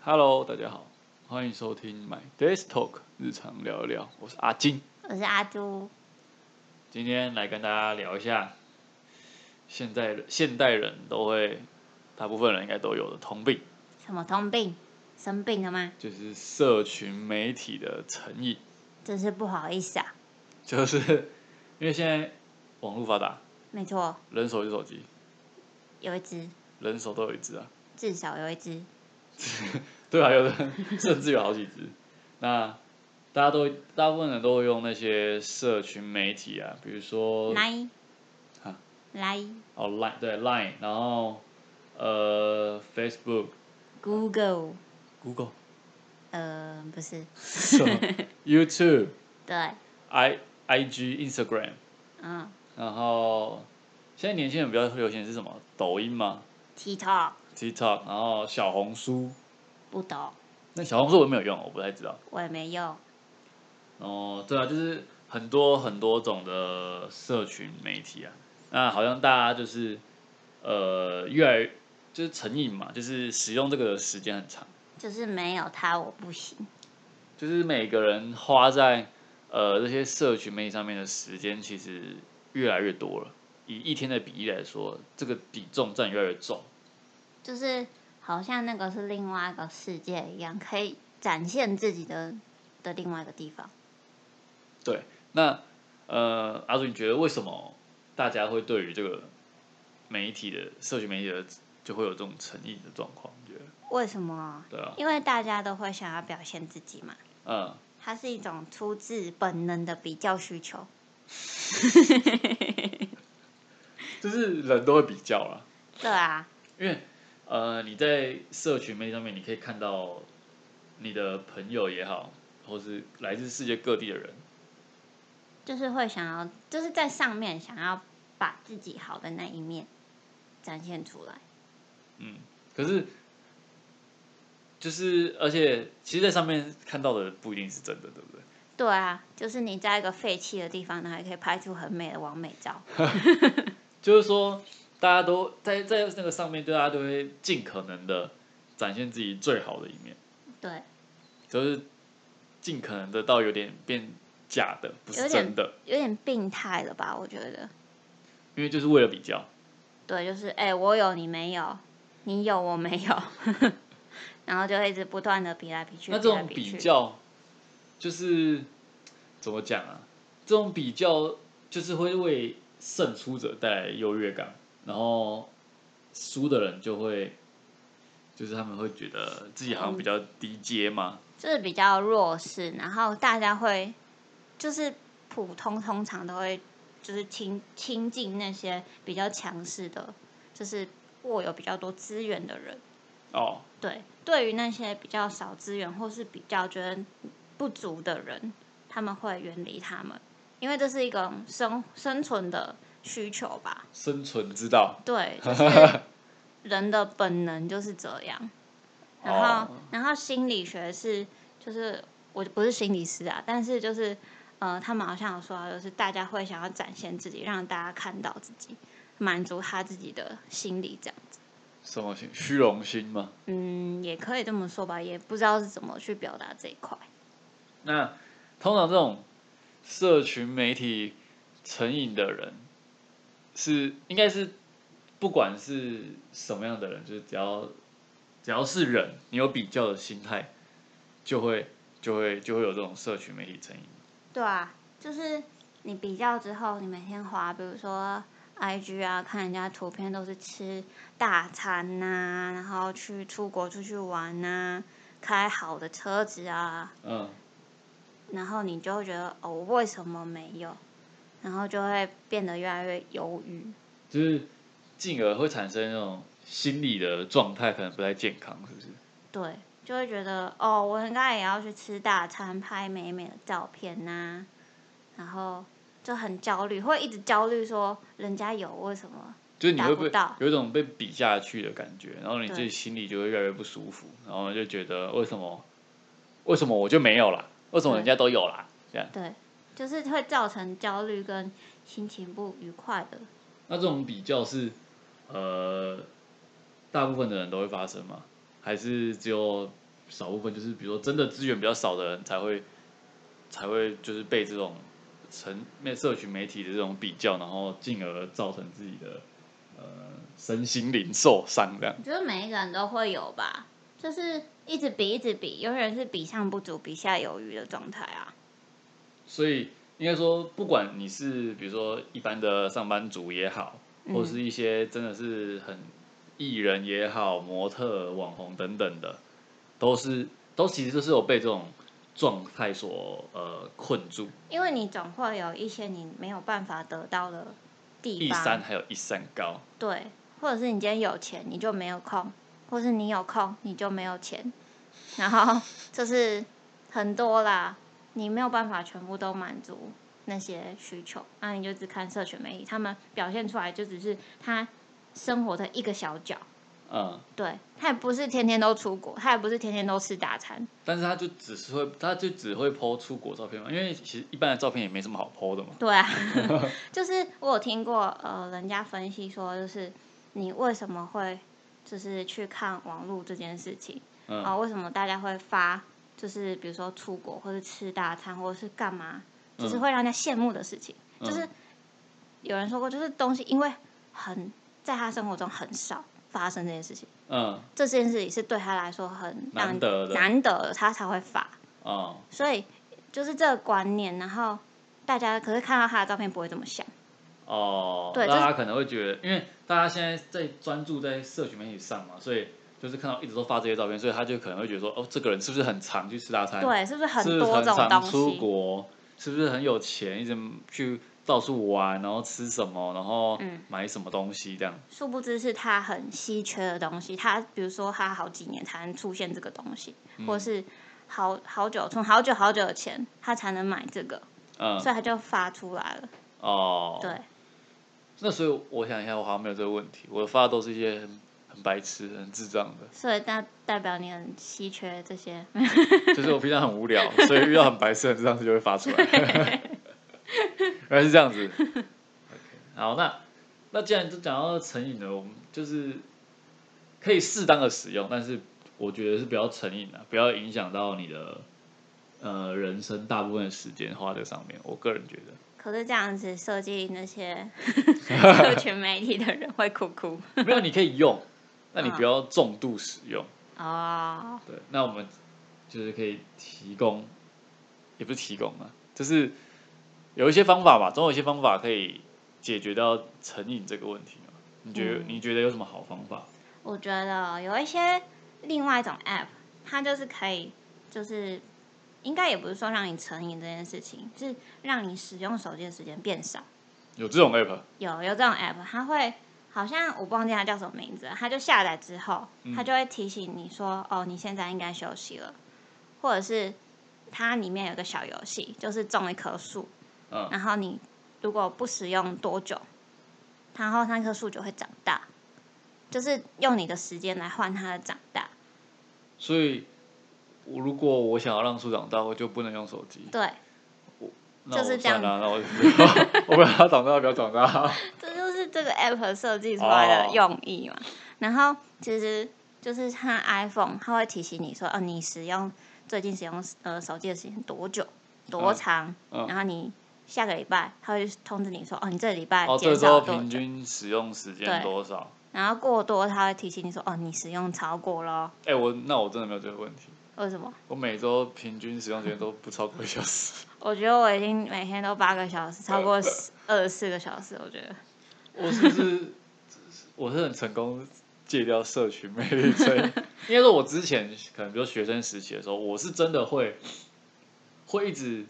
Hello，大家好，欢迎收听 My Desk Talk 日常聊一聊，我是阿金，我是阿朱，今天来跟大家聊一下现代人现代人都会，大部分人应该都有的通病，什么通病？生病了吗？就是社群媒体的成瘾，真是不好意思啊。就是 因为现在网络发达，没错，人手一只手机，有一只，人手都有一只啊，至少有一只。对啊，有的人甚至有好几只。那大家都大部分人都会用那些社群媒体啊，比如说来啊，来哦 Line 对 Line，然后呃 Facebook、 Google， Google 呃，不是，什么 YouTube、对， I IG、Instagram，嗯然后现在年轻人比较流行的是什么？抖音嘛，TikTok ，TikTok，然后小红书。不懂，那小红书我没有用，我不太知道。我也没用。哦，对啊，就是很多很多种的社群媒体啊。那好像大家就是呃，越来越就是成瘾嘛，就是使用这个的时间很长，就是没有它我不行。就是每个人花在呃这些社群媒体上面的时间，其实越来越多了。以一天的比例来说，这个比重占越来越重。就是好像那个是另外一个世界一样，可以展现自己的的另外一个地方。对，那呃，阿祖，你觉得为什么大家会对于这个媒体的社群媒体的就会有这种成瘾的状况？你觉得？为什么？对啊，因为大家都会想要表现自己嘛，嗯，它是一种出自本能的比较 需求。就是人都会比较啦，对啊，因为呃，你在社群媒体上面，你可以看到你的朋友也好，或是来自世界各地的人，就是会想要，就是在上面想要把自己好的那一面展现出来。嗯，可是就是而且，其实，在上面看到的不一定是真的，对不对？对啊，就是你在一个废弃的地方，然后也可以拍出很美的完美照。就是说，大家都在在那个上面，大家都会尽可能的展现自己最好的一面，对，就是尽可能的到有点变假的，不是有点真的，有点病态了吧？我觉得，因为就是为了比较。对，就是哎、我有你没有，你有我没有， 然后就会一直不断的比来比去，那这比来种比比去。较，就是怎么讲啊？这种比较就是会为胜出者带来优越感，然后输的人就会，就是他们会觉得自己好像比较低阶嘛。就是比较弱势，然后大家会就是普通通常都会就是亲亲近那些比较强势的，就是握有比较多资源的人。哦，对，对于那些比较少资源或是比较觉得不足的人，他们会远离他们，因为这是一种生生存的需求吧。生存之道。对，就是人的本能就是这样。然后，哦然后心理学是，就是我不是心理师啊，但是就是，呃，他们好像有说到，就是大家会想要展现自己，让大家看到自己，满足他自己的心理，这样子。什么心？虚荣心嘛。嗯，也可以这么说吧，也不知道是怎么去表达这一块。那通常这种社群媒体成瘾的人，是应该是不管是什么样的人，就是只要只要是人，你有比较的心态，就会就会就会有这种社群媒体成瘾。对啊，就是你比较之后，你每天滑，比如说 IG 啊，看人家图片都是吃大餐呐、然后去出国出去玩呐、开好的车子啊，嗯，然后你就会觉得哦，为什么没有？然后就会变得越来越忧郁。就是进而会产生那种心理的状态可能不太健康，是不是？对，就会觉得哦，我应该也要去吃大餐，拍美美的照片呐、然后就很焦虑，会一直焦虑说人家有为什么？就是你会达不到有一种被比下去的感觉，然后你自己对心里就会越来越不舒服，然后就觉得为什么为什么我就没有啦？为什么人家都有啦？这样，对，就是会造成焦虑跟心情不愉快的。那这种比较是呃，大部分的人都会发生吗？还是只有少部分就是比如说真的资源比较少的人才会才会就是被这种成面社群媒体的这种比较，然后进而造成自己的呃身心灵受伤这样。我觉得每一个人都会有吧，就是一直比一直比，有些人是比上不足，比下有余的状态啊。所以应该说，不管你是比如说一般的上班族也好，嗯或是一些真的是很艺人也好、模特、网红等等的，都是都其实就是有被这种状态所呃困住。因为你总会有一些你没有办法得到的地一方，三还有一三高，对，或者是你今天有钱你就没有空，或是你有空你就没有钱，然后就是很多啦，你没有办法全部都满足那些需求，那你就只看社群媒体，他们表现出来就只是他生活的一个小角，嗯，对他也不是天天都出国，他也不是天天都吃大餐，但是他就只是会，他就只会 PO 出国照片嘛，因为其实一般的照片也没什么好 PO 的嘛。 对啊，就是我有听过呃，人家分析说，就是你为什么会就是去看网络这件事情啊、嗯，为什么大家会发，就是比如说出国或是吃大餐或者是干嘛，就是嗯会让人家羡慕的事情，就是嗯有人说过，就是东西因为很在他生活中很少发生这件事情，嗯这件事情是对他来说很让难得的难得他才会发，啊、嗯所以就是这个观念，然后大家可是看到他的照片不会这么想。哦，对大就家可能会觉得，因为大家现在在专注在社群媒体上嘛，所以就是看到一直都发这些照片，所以他就可能会觉得说，哦，这个人是不是很常去吃大餐？，对，是不是很是不是多很这种东常西？出国？是不是很有钱，一直去到处玩，然后吃什么，然后嗯买什么东西这样？殊不知是它很稀缺的东西，它比如说它好几年才能出现这个东西，嗯或是好好久从好久好久以前他才能买这个，嗯，所以他就发出来了。哦，对，那所以我想一下，我好像没有这个问题，我发的都是一些很很白痴、很智障的。所以那代表你很稀缺这些。 就是我平常很无聊，所以遇到很白痴的智障就会发出来。 原来是这样子。OK，好，那那既然都讲到成瘾了，我们就是可以适当的使用，但是我觉得是不要成瘾啊，不要影响到你的呃人生大部分的时间花在上面。我个人觉得可是这样子设计那些 社群媒体的人会哭 哭没有，你可以用，但你不要重度使用。哦。对，那我们就是可以提供，也不是提供啊，就是有一些方法吧，总有一些方法可以解决到成瘾这个问题嘛。你觉得、嗯你觉得有什么好方法？我觉得有一些另外一种 app，它就是可以，就是应该也不是说让你成瘾这件事情，是让你使用手机的时间变少。有这种 app？有有这种 app，它会好像我忘记它叫什么名字了，它就下载之后，嗯它就会提醒你说，哦，你现在应该休息了，或者是它里面有个小游戏，就是种一棵树，嗯然后你如果不使用多久，然后那棵树就会长大，就是用你的时间来换它的长大。所以我如果我想要让树长大，我就不能用手机。对，那我就是这样算了，啊那我就不要 我不要它长大，不要长大。这就是这个 app 设计出来哦的用意嘛。然后其实就是它 iPhone，它会提醒你说，哦，你使用最近使用呃手机的时间多久、多长，嗯嗯然后你下个礼拜它会通知你说，哦，你这个礼拜哦，这减周少多平久，均使用时间对多少？然后过多它会提醒你说，哦，你使用超过咯。哎、我那我真的没有这个问题，为什么？我每周平均使用时间都不超过一小时。我觉得我已经每天都八个小时，超过呃二十四个小时，我觉得。我是不是我是很成功戒掉社群魅力所以应该说，我之前可能比如学生时期的时候，我是真的会会一直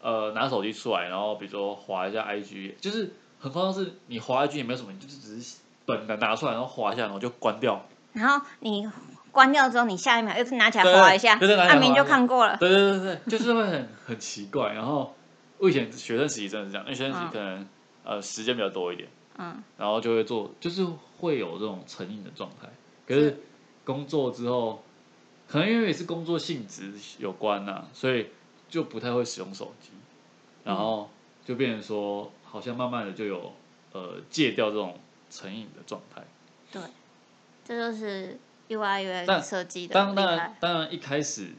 呃拿手机出来，然后比如说划一下 IG，就是很夸张，是你划 IG 也没有什么，你就是只是本能拿出来，然后划一下，然后就关掉。然后你关掉之后，你下一秒又是拿起来对划一下，对对拿起来阿明划就一下看过了。对对对对，就是会很很奇怪。然后我以前学生时期真的是这样，因为学生时期嗯可能、呃时间比较多一点。嗯。然后就会做，就是会有这种成瘾的状态。可是是工作之后，可能因为也是工作性质有关呐、所以就不太会使用手机，然后就变成说，好像慢慢的就有呃戒掉这种成瘾的状态。这就是 UI 但 UX 设计的当厉当然害，，当然一开始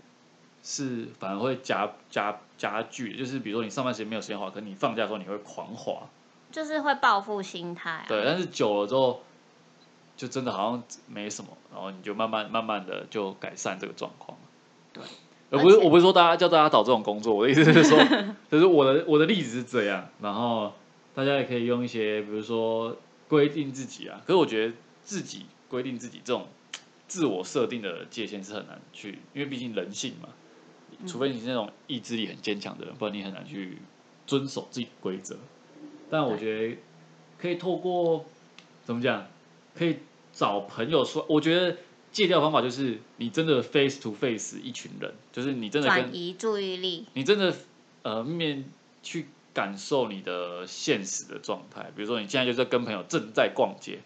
是反而会加加加剧，就是比如说你上班时间没有时间滑，可能你放假的时候你会狂滑，就是会报复心态啊。对，但是久了之后，就真的好像没什么，然后你就慢慢慢慢的就改善这个状况。对，而不是而且我不是说大家叫大家找这种工作，我的意思 是说，就是我的我的例子是这样，然后大家也可以用一些，比如说规定自己啊，可是我觉得自己规定自己这种自我设定的界限是很难去，因为毕竟人性嘛，嗯除非你是那种意志力很坚强的人，不然你很难去遵守自己的规则。但我觉得可以透过怎么讲，可以找朋友说，哦我觉得戒掉的方法就是你真的 face to face 一群人，就是你真的跟转移注意力，你真的呃面去感受你的现实的状态。比如说你现在就是跟朋友正在逛街，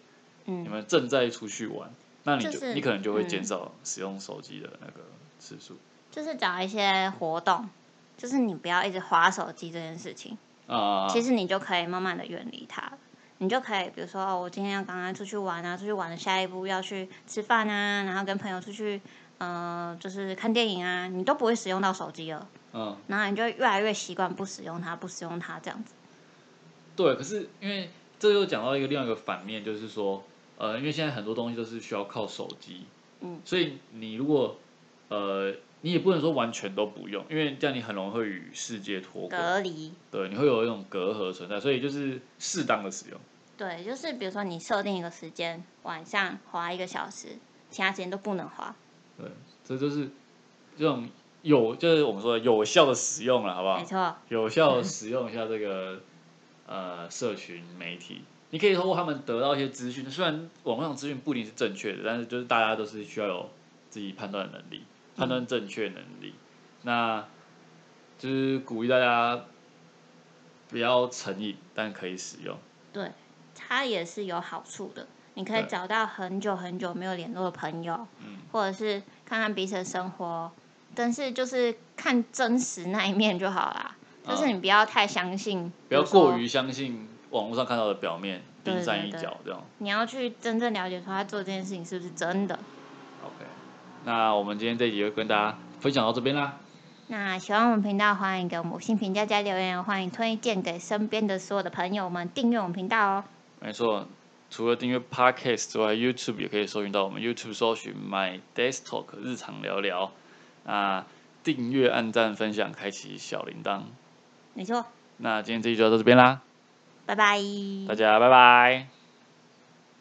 你嗯，们正在出去玩，那你就、就是你可能就会减嗯少使用手机的那个次数就是找一些活动，就是你不要一直划手机这件事情，啊。其实你就可以慢慢的远离它了。你就可以，比如说，哦，我今天要刚刚出去玩啊，出去玩的下一步要去吃饭啊，然后跟朋友出去，呃，就是看电影啊，你都不会使用到手机了，嗯，然后你就越来越习惯不使用它，不使用它这样子。对，可是因为这又讲到一个另外一个反面，就是说，呃，因为现在很多东西都是需要靠手机，嗯，所以你如果呃，你也不能说完全都不用，因为这样你很容易会与世界脱轨，隔离，对，你会有一种隔阂存在，所以就是适当的使用，对，就是比如说你设定一个时间，晚上划一个小时，其他时间都不能划。对，这就是这种有就是我们说的有效的使用了，好不好没？错，有效地使用一下这个呃社群媒体，你可以通过他们得到一些资讯。虽然网络上资讯不一定是正确的，但是就是大家都是需要有自己判断的能力，判断正确能嗯力。那就是鼓励大家不要成瘾，但可以使用。对，它也是有好处的。你可以对找到很久很久没有联络的朋友，嗯或者是看看彼此的生活，但是就是看真实那一面就好啦。就啊是你不要太相信，不要比如说过于相信网络上看到的表面，对冰山对一对角这样。你要去真正了解说他做这件事情是不是真的。 OK，那我们今天这集就跟大家分享到这边啦。那喜欢我们频道，欢迎给我们五星评价加留言，哦欢迎推荐给身边的所有的朋友们订阅我们频道哦。没错，除了订阅 Podcast 之外，YouTube 也可以搜寻到我们 YouTube 搜寻 My Desk Talk 日常聊聊。那订阅、按赞、分享、开启小铃铛。没错，那今天这集就到这边啦，拜拜。大家拜拜。